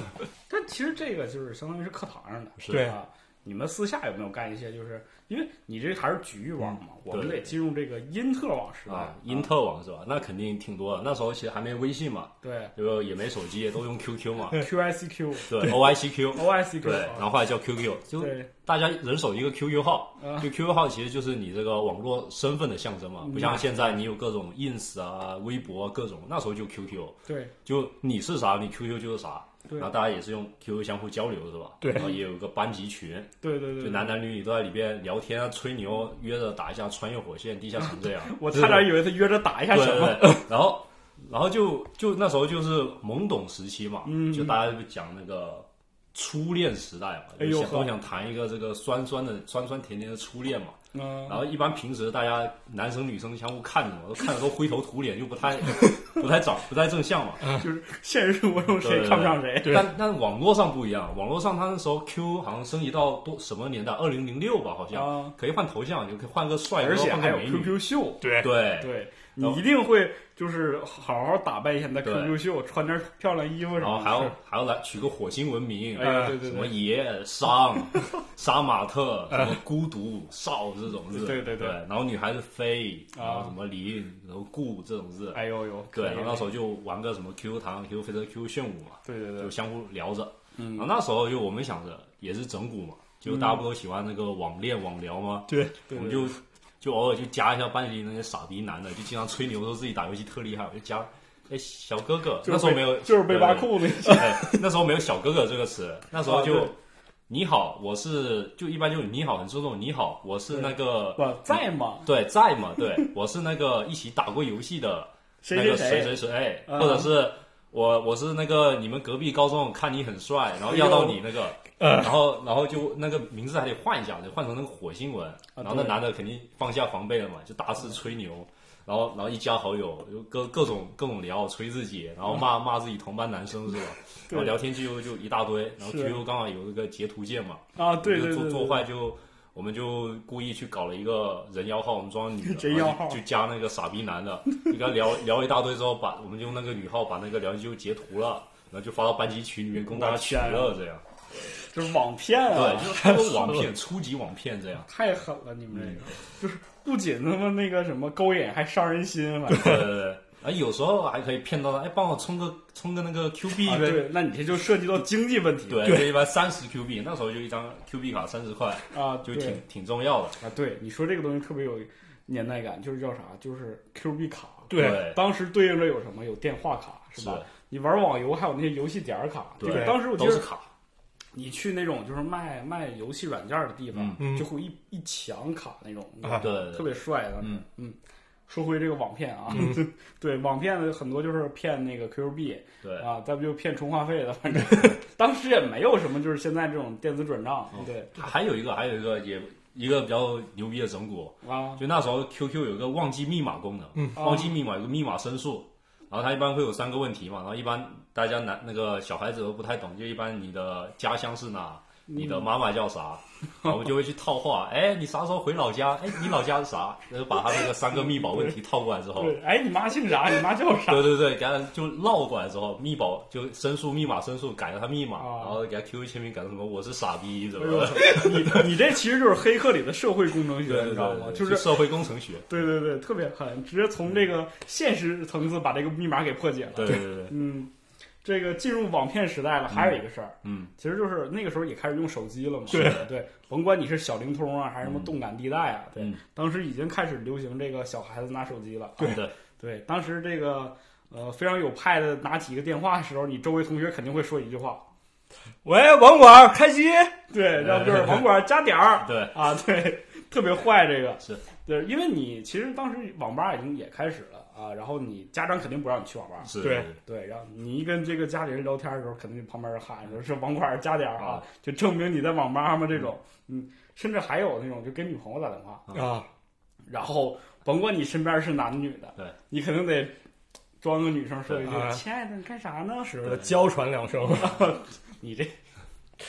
[SPEAKER 1] 但其实这个就是相当于是课堂上的，
[SPEAKER 3] 是
[SPEAKER 2] 对
[SPEAKER 1] 啊。你们私下有没有干一些？就是因为你这还是局域网嘛，我们
[SPEAKER 3] 嗯对
[SPEAKER 1] 得进入这个因特网时代
[SPEAKER 3] 啊，因特网是吧？那肯定挺多的，那时候其实还没微信嘛，
[SPEAKER 1] 对
[SPEAKER 3] 这个也没手机，都用 QQ 嘛，
[SPEAKER 1] QICQ、
[SPEAKER 3] 对，OICQ，
[SPEAKER 1] OICQ，
[SPEAKER 3] 对，然后后来叫 QQ，就
[SPEAKER 1] 啊对
[SPEAKER 3] 大家人手一个 QQ 号
[SPEAKER 1] 啊，
[SPEAKER 3] 就 QQ 号其实就是你这个网络身份的象征嘛，不像
[SPEAKER 1] 嗯
[SPEAKER 3] 现在你有各种 ins 啊、微博啊各种，那时候就 QQ，
[SPEAKER 1] 对
[SPEAKER 3] 就你是啥，你 QQ 就是啥，
[SPEAKER 1] 对
[SPEAKER 3] 然后大家也是用 QQ 相互交流，是吧？
[SPEAKER 2] 对
[SPEAKER 3] 然后也有个班级群，
[SPEAKER 1] 对对
[SPEAKER 3] 就
[SPEAKER 1] 对，
[SPEAKER 3] 男男女女都在里边聊天啊、吹牛，约着打一下穿越火线、地下城这样。
[SPEAKER 1] 我差点以为他约着打一下
[SPEAKER 3] 对
[SPEAKER 1] 什
[SPEAKER 3] 对
[SPEAKER 1] 么，
[SPEAKER 3] 对， 然后然后就就那时候就是懵懂时期嘛，
[SPEAKER 1] 嗯
[SPEAKER 3] 就大家就讲那个初恋时代嘛，
[SPEAKER 1] 哎
[SPEAKER 3] 就
[SPEAKER 1] 呦
[SPEAKER 3] 想都
[SPEAKER 1] 呵
[SPEAKER 3] 想谈一个这个酸酸的、酸酸甜甜的初恋嘛。
[SPEAKER 1] 嗯，
[SPEAKER 3] 然后一般平时大家男生女生相互看着嘛，都看着都灰头土脸，又不 太不太长不太正向嘛。
[SPEAKER 1] 就是现实生活中
[SPEAKER 3] 对
[SPEAKER 1] 谁
[SPEAKER 3] 对
[SPEAKER 1] 看不上谁，
[SPEAKER 2] 对
[SPEAKER 3] 但但网络上不一样，网络上他那时候 Q 好像升级到多什么年代？二零零六吧，好像、
[SPEAKER 1] 啊
[SPEAKER 3] 可以换头像，就可以换个帅哥，
[SPEAKER 1] 而且
[SPEAKER 3] 换
[SPEAKER 1] 还
[SPEAKER 3] 个
[SPEAKER 1] 有哎
[SPEAKER 3] 美女。
[SPEAKER 1] QQ 秀。
[SPEAKER 2] 对
[SPEAKER 3] 对，
[SPEAKER 1] 对你一定会就是好好打扮一下你的 QQ 秀，穿点漂亮衣服什
[SPEAKER 3] 然后
[SPEAKER 1] 么
[SPEAKER 3] 还
[SPEAKER 1] 的。
[SPEAKER 3] 要还要来取个火星文明，
[SPEAKER 1] 哎呀，对对
[SPEAKER 3] 什么
[SPEAKER 1] 对，
[SPEAKER 3] 爷伤、 杀马特、什么孤独、少这种字，
[SPEAKER 1] 对对对
[SPEAKER 3] 然后女孩子飞，
[SPEAKER 1] 啊
[SPEAKER 3] 然后什么林，然后顾这种字，
[SPEAKER 1] 哎呦呦，
[SPEAKER 3] 对，
[SPEAKER 1] 可以
[SPEAKER 3] 然后那时候就玩个什么 QQ 糖、QQ 飞车、QQ 炫舞嘛，
[SPEAKER 1] 对对
[SPEAKER 3] 就啊
[SPEAKER 1] 对，
[SPEAKER 3] 相互聊着。
[SPEAKER 1] 嗯
[SPEAKER 3] 然后那时候就我们想着也是整蛊嘛，就大家不都喜欢那个网恋网聊吗？
[SPEAKER 2] 对，
[SPEAKER 1] 对
[SPEAKER 3] 我们就就偶尔就加一下班级里那些傻逼男的，就经常吹牛说自己打游戏特厉害，我就加。哎，小哥哥，
[SPEAKER 1] 就是
[SPEAKER 3] 那时候
[SPEAKER 1] 被
[SPEAKER 3] 没有，
[SPEAKER 1] 就是被挖
[SPEAKER 3] 对
[SPEAKER 1] 裤子。
[SPEAKER 3] 哎，那时候没有“小哥哥”这个词，那时候
[SPEAKER 1] 啊
[SPEAKER 3] 就
[SPEAKER 1] 对
[SPEAKER 3] “你好，我是”，就一般就是“你好”，很注重“你好，我是那个
[SPEAKER 1] 我 在吗？
[SPEAKER 3] 对在嘛，对我是那个一起打过游戏的
[SPEAKER 1] 谁
[SPEAKER 3] 那个谁
[SPEAKER 1] 谁？
[SPEAKER 3] 谁谁，
[SPEAKER 1] 嗯
[SPEAKER 3] 或者是我我是那个你们隔壁高中看你很帅，然后要到你那个，
[SPEAKER 1] 啊
[SPEAKER 3] 然后然后就那个名字还得换一下，得换成那个火星
[SPEAKER 1] 啊
[SPEAKER 3] 文，然后那
[SPEAKER 1] 对
[SPEAKER 3] 男的肯定放下防备了嘛，就打死吹牛。然后，然后一加好友，就各各种各种聊，吹自己，然后骂骂自己同班男生是吧？
[SPEAKER 1] 嗯对
[SPEAKER 3] 然后聊天记录就一大堆，然后
[SPEAKER 1] 是
[SPEAKER 3] QQ 刚好有一个截图键嘛，
[SPEAKER 1] 啊，对对
[SPEAKER 3] 我们就
[SPEAKER 1] 对，
[SPEAKER 3] 做做
[SPEAKER 1] 对
[SPEAKER 3] 坏就，我们就故意去搞了一个人妖号，我们装女的，
[SPEAKER 1] 人妖
[SPEAKER 3] 然后
[SPEAKER 1] 号
[SPEAKER 3] 就就加那个傻逼男的，就跟他聊聊一大堆之后，把我们就用那个女号把那个聊天记录截图了，然后就发到班级群里面供大家取
[SPEAKER 1] 啊
[SPEAKER 3] 乐，这样，
[SPEAKER 1] 就是网骗啊，
[SPEAKER 3] 对，就是都是 网骗，初级网骗这样，
[SPEAKER 1] 太狠了！你们这个就
[SPEAKER 3] 嗯
[SPEAKER 1] 是不仅他妈那个什么勾引，还伤人心，反正。
[SPEAKER 3] 对对对，啊，有时候还可以骗到他，哎，帮我充个充个那个 Q 币
[SPEAKER 1] 啊
[SPEAKER 3] 呗。
[SPEAKER 1] 对，那你这就涉及到经济问题了
[SPEAKER 3] 对，就一般三十 Q 币，那时候就一张 Q 币卡三十块，
[SPEAKER 1] 啊，
[SPEAKER 3] 就
[SPEAKER 1] 对
[SPEAKER 3] 挺挺重要的。
[SPEAKER 1] 啊，对，你说这个东西特别有年代感，就是叫啥？就是 Q 币卡。
[SPEAKER 2] 对
[SPEAKER 3] 对，
[SPEAKER 1] 当时对应着有什么？有电话卡，是
[SPEAKER 3] 是
[SPEAKER 1] 吧？你玩网游还有那些游戏点儿卡。
[SPEAKER 3] 对
[SPEAKER 1] 这个当时我记
[SPEAKER 3] 都是
[SPEAKER 1] 得
[SPEAKER 3] 卡，
[SPEAKER 1] 你去那种就是卖卖游戏软件的地方，
[SPEAKER 2] 嗯嗯
[SPEAKER 1] 就会一一墙卡那种，
[SPEAKER 2] 啊
[SPEAKER 3] 对对
[SPEAKER 1] 特
[SPEAKER 3] 对
[SPEAKER 1] 别帅的。
[SPEAKER 3] 嗯
[SPEAKER 1] 嗯，说回这个网骗啊， 对网骗的很多就是骗那个 Q 币
[SPEAKER 3] 对。
[SPEAKER 1] 啊，再不就骗充话费的，反正 当时也没有什么就是现在这种电子转账，
[SPEAKER 3] 哦
[SPEAKER 1] 对
[SPEAKER 3] 还有一个，还有一个也一个比较牛逼的整蛊，
[SPEAKER 1] 啊，
[SPEAKER 3] 就那时候 QQ 有一个忘记密码功能，
[SPEAKER 2] 嗯
[SPEAKER 3] 忘记密码有个密码申诉，然后它一般会有三个问题嘛，然后一般大家男那个小孩子都不太懂，就一般你的家乡是哪，你的妈妈叫啥，然后我们就会去套话，哎，你啥时候回老家？哎，你老家是啥？然后把他那个三个密保问题套过来之后。
[SPEAKER 1] 对，哎，你妈姓啥？你妈叫 啥？
[SPEAKER 3] 对对对，给他就绕过来之后，密保就申诉密码申诉改了他密码，
[SPEAKER 1] 啊
[SPEAKER 3] 然后给他 QQ 签名改成什么我是傻逼什
[SPEAKER 1] 哎
[SPEAKER 3] 么
[SPEAKER 1] 呦
[SPEAKER 3] 的，
[SPEAKER 1] 你你这其实就是黑客里的社会工程学，
[SPEAKER 3] 对
[SPEAKER 1] 你
[SPEAKER 3] 对
[SPEAKER 1] 知道
[SPEAKER 3] 对
[SPEAKER 1] 吗？
[SPEAKER 3] 对，
[SPEAKER 1] 就是
[SPEAKER 3] 社会工程学。
[SPEAKER 1] 对对对，特别狠，直接从这个现实层次把这个密码给破解了。
[SPEAKER 3] 对对对，对
[SPEAKER 1] 嗯，这个进入网骗时代了，还有一个事儿，
[SPEAKER 3] 嗯，
[SPEAKER 1] 其实就是那个时候也开始用手机了嘛。
[SPEAKER 2] 对
[SPEAKER 1] 对，甭管你是小灵通啊，还是什么动感地带啊，对，
[SPEAKER 3] 嗯
[SPEAKER 1] 当时已经开始流行这个小孩子拿手机了。啊
[SPEAKER 3] 对
[SPEAKER 1] 对，当时这个呃非常有派的拿起一个电话的时候，你周围同学肯定会说一句话，
[SPEAKER 2] 喂，网管开机，
[SPEAKER 1] 对，要不就是网管加点儿，
[SPEAKER 3] 对，
[SPEAKER 1] 啊，对，特别坏这个
[SPEAKER 3] 是，
[SPEAKER 1] 对，因为你其实当时网吧已经也开始了啊，然后你家长肯定不让你去网吧，
[SPEAKER 3] 是，
[SPEAKER 2] 对
[SPEAKER 1] 对，然后你一跟这个家里人聊天的时候，肯定旁边人喊说是网管加点儿啊，就证明你在网吧嘛这种，嗯，甚至还有那种就给女朋友打电话，
[SPEAKER 3] 嗯
[SPEAKER 2] 啊，
[SPEAKER 1] 然后甭管你身边是男女的，
[SPEAKER 3] 对，
[SPEAKER 1] 你肯定得装个女生说一句
[SPEAKER 2] 对啊
[SPEAKER 1] “亲爱的，你干啥呢
[SPEAKER 2] 是的，娇喘两声，？”
[SPEAKER 1] 你这，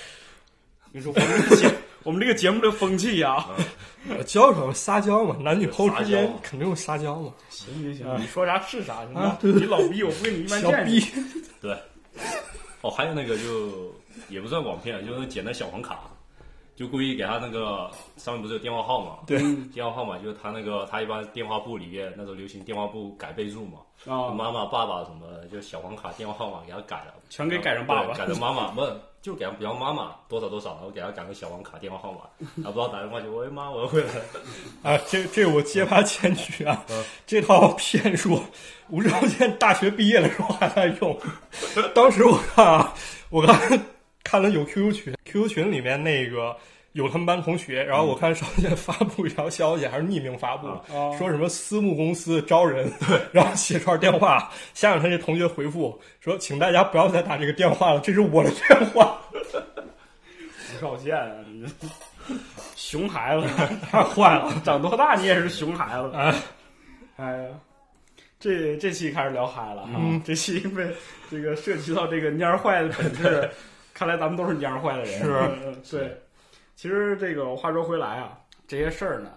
[SPEAKER 1] 你说我们这个节我们这个节目的风气啊呀、
[SPEAKER 2] 娇喘撒娇嘛，男女朋友之
[SPEAKER 3] 撒娇
[SPEAKER 2] 间
[SPEAKER 3] 嘛
[SPEAKER 2] 肯定有撒娇嘛，
[SPEAKER 1] 行行行，你说啥是啥，行吧
[SPEAKER 2] 啊？
[SPEAKER 1] 你老逼，我不跟你一般
[SPEAKER 2] 小
[SPEAKER 1] 见
[SPEAKER 2] 逼
[SPEAKER 1] 识。，
[SPEAKER 3] 啊哦，还有那个就也不算网骗，就是捡的小黄卡，就故意给他那个上面不是有电话号码？
[SPEAKER 2] 对，
[SPEAKER 3] 电话号码就是他那个他一般电话簿里面那时候流行电话簿改备注嘛，
[SPEAKER 1] 啊，
[SPEAKER 3] 妈妈、爸爸什么的，就小黄卡电话号码给他改了，
[SPEAKER 1] 全给改成爸爸
[SPEAKER 3] 对改成妈妈，不是就给他比方妈妈多少多少，然后给他改个小黄卡电话号码，然后不知道打电话就喂妈，我要回来了。
[SPEAKER 2] 啊，这这我揭发前局啊，这套骗术，吴兆健大学毕业的时候还在用。当时我看啊，我看看了有 QQ 群，QQ 群里面那个有他们班同学，然后我看邵健发布一条消息，还是匿名发布，
[SPEAKER 1] 哦
[SPEAKER 2] 说什么私募公司招人，然后写串电话，下面他这同学回复说，请大家不要再打这个电话了，这是我的电话，
[SPEAKER 1] 吴少健啊，你这熊孩 子，
[SPEAKER 2] 太坏了。
[SPEAKER 1] 长多大你也是熊孩子
[SPEAKER 2] 啊。
[SPEAKER 1] 哎呀，这这期开始聊嗨了哈、
[SPEAKER 2] 嗯
[SPEAKER 1] 这期因为这个涉及到这个蔫儿坏的本 质，看来咱们都是蔫儿坏的人。
[SPEAKER 2] 是
[SPEAKER 1] 嗯，嗯对。其实这个话说回来啊，这些事儿呢，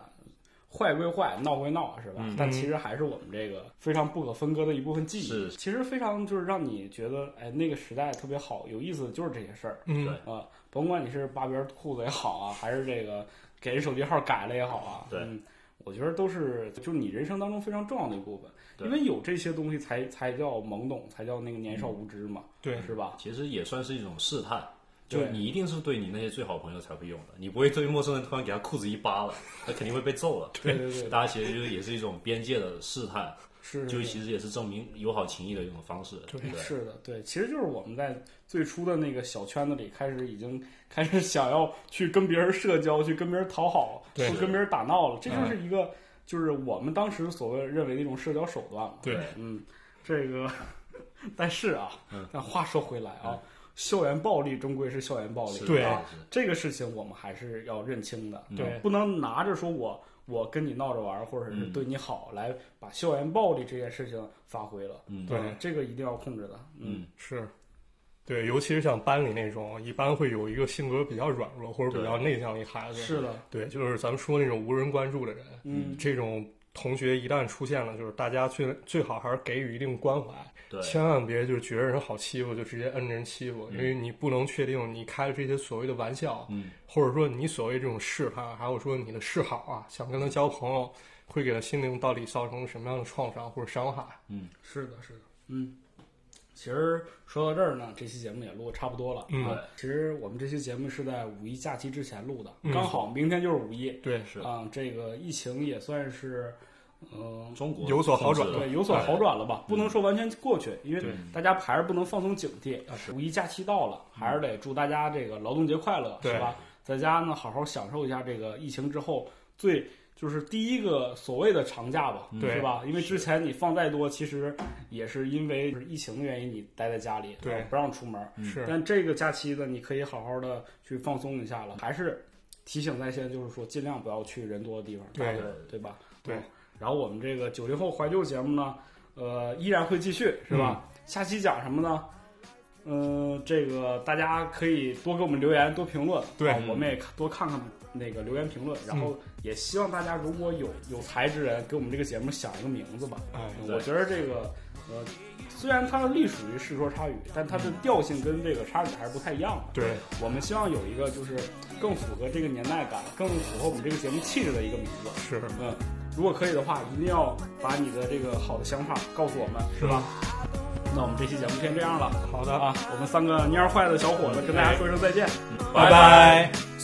[SPEAKER 1] 坏归坏，闹归闹，是吧、
[SPEAKER 3] 嗯
[SPEAKER 1] 但其实还是我们这个非常不可分割的一部分记忆。
[SPEAKER 3] 是
[SPEAKER 1] 其实非常就是让你觉得，哎，那个时代特别好，有意思的就是这些事儿。
[SPEAKER 2] 嗯，
[SPEAKER 3] 对
[SPEAKER 1] 啊，甭管你是扒别人裤子也好啊，还是这个给人手机号改了也好啊，
[SPEAKER 3] 对
[SPEAKER 1] 嗯我觉得都是就是你人生当中非常重要的一部分，
[SPEAKER 3] 对
[SPEAKER 1] 因为有这些东西才才叫懵懂，才叫那个
[SPEAKER 3] 嗯
[SPEAKER 1] 年少无知嘛，
[SPEAKER 2] 对
[SPEAKER 1] 是吧？
[SPEAKER 3] 其实也算是一种试探，就
[SPEAKER 1] 对
[SPEAKER 3] 你一定是对你那些最好朋友才会用的，你不会对陌生人突然给他裤子一扒了，他肯定会被揍了。
[SPEAKER 1] 对对对，
[SPEAKER 3] 大家其实就是也是一种边界的试探，
[SPEAKER 1] 是
[SPEAKER 3] 就是其实也是证明友好情谊的一种方式，对
[SPEAKER 2] 对
[SPEAKER 3] 不对？
[SPEAKER 1] 是的，对，其实就是我们在最初的那个小圈子里，开始已经开始想要去跟别人社交，去跟别人讨好，
[SPEAKER 2] 对
[SPEAKER 1] 去跟别人打闹了，这
[SPEAKER 3] 嗯
[SPEAKER 1] 就是一个就是我们当时所谓认为的一种社交手段嘛。
[SPEAKER 2] 对，
[SPEAKER 1] 嗯，这个，但是啊
[SPEAKER 3] 嗯，
[SPEAKER 1] 但话说回来啊，
[SPEAKER 3] 嗯
[SPEAKER 1] 校园暴力终归是校园暴力，
[SPEAKER 3] 是
[SPEAKER 2] 对
[SPEAKER 1] 啊
[SPEAKER 3] 的，
[SPEAKER 1] 这个事情我们还是要认清的，
[SPEAKER 3] 嗯
[SPEAKER 2] 对
[SPEAKER 1] 不能拿着说我我跟你闹着玩儿，或者是
[SPEAKER 3] 嗯
[SPEAKER 1] 对你好，来把校园暴力这件事情发挥了。
[SPEAKER 3] 嗯，
[SPEAKER 2] 对
[SPEAKER 1] 啊这个一定要控制的。嗯，
[SPEAKER 3] 嗯，
[SPEAKER 2] 是，对，尤其是像班里那种，一般会有一个性格比较软弱或者比较内向的一孩子。
[SPEAKER 1] 是的，
[SPEAKER 2] 对，就是咱们说那种无人关注的人，
[SPEAKER 1] 嗯，
[SPEAKER 2] 这种同学一旦出现了，就是大家最最好还是给予一定关怀，
[SPEAKER 3] 对，
[SPEAKER 2] 千万别就是觉得人好欺负就直接摁着人欺负，因为你不能确定你开的这些所谓的玩笑，
[SPEAKER 3] 嗯，
[SPEAKER 2] 或者说你所谓这种试探，还有说你的示好啊，想跟他交朋友，会给他心灵到底造成什么样的创伤或者伤害。
[SPEAKER 1] 是的，是的，嗯。其实说到这儿呢，这期节目也录得差不多了。
[SPEAKER 2] 嗯
[SPEAKER 1] 啊，其实我们这期节目是在五一假期之前录的，
[SPEAKER 2] 嗯
[SPEAKER 1] 刚好明天就是五一。
[SPEAKER 2] 对，
[SPEAKER 3] 是
[SPEAKER 1] 啊、这个疫情也算是，嗯、
[SPEAKER 3] 中国
[SPEAKER 2] 有所好转
[SPEAKER 3] 控制
[SPEAKER 1] 对，有所好转了吧？不能说完全过去，因为
[SPEAKER 2] 哎嗯对
[SPEAKER 1] 大家还是不能放松警惕
[SPEAKER 2] 啊是。
[SPEAKER 1] 五一假期到了，还是得祝大家这个劳动节快乐，
[SPEAKER 2] 对
[SPEAKER 1] 是吧？在家呢，好好享受一下这个疫情之后最就是第一个所谓的长假吧，
[SPEAKER 3] 嗯
[SPEAKER 1] 是
[SPEAKER 2] 对
[SPEAKER 1] 吧？因为之前你放再多，其实也是因为疫情的原因，你待在家里，
[SPEAKER 2] 对
[SPEAKER 1] 啊不让出门。
[SPEAKER 3] 嗯
[SPEAKER 2] 是，
[SPEAKER 1] 但这个假期呢，你可以好好的去放松一下了。还是提醒在先，就是说尽量不要去人多的地方，
[SPEAKER 2] 对
[SPEAKER 1] 对吧？
[SPEAKER 2] 对
[SPEAKER 1] 嗯。然后我们这个九零后怀旧节目呢，呃，依然会继续，是吧？下期讲什么呢？嗯，这个大家可以多给我们留言，多评论，
[SPEAKER 2] 对
[SPEAKER 3] 嗯
[SPEAKER 1] 啊我们也多看看那个留言评论，然后也希望大家如果有有才之人，给我们这个节目想一个名字吧。
[SPEAKER 2] 哎，
[SPEAKER 1] 嗯
[SPEAKER 3] 对
[SPEAKER 1] 我觉得这个，呃，虽然它隶属于世说插语，但它的调性跟这个插语还是不太一样的。
[SPEAKER 2] 对，
[SPEAKER 1] 我们希望有一个就是更符合这个年代感，更符合我们这个节目气质的一个名字。
[SPEAKER 2] 是。
[SPEAKER 1] 嗯，如果可以的话，一定要把你的这个好的想法告诉我们，是吧？
[SPEAKER 3] 嗯
[SPEAKER 1] 那我们这期节目先这样了。啊
[SPEAKER 2] 好的
[SPEAKER 1] 啊，我们三个蔫儿坏的小伙子跟大家说一声再见。
[SPEAKER 3] 嗯
[SPEAKER 2] 拜
[SPEAKER 3] 拜
[SPEAKER 2] 拜。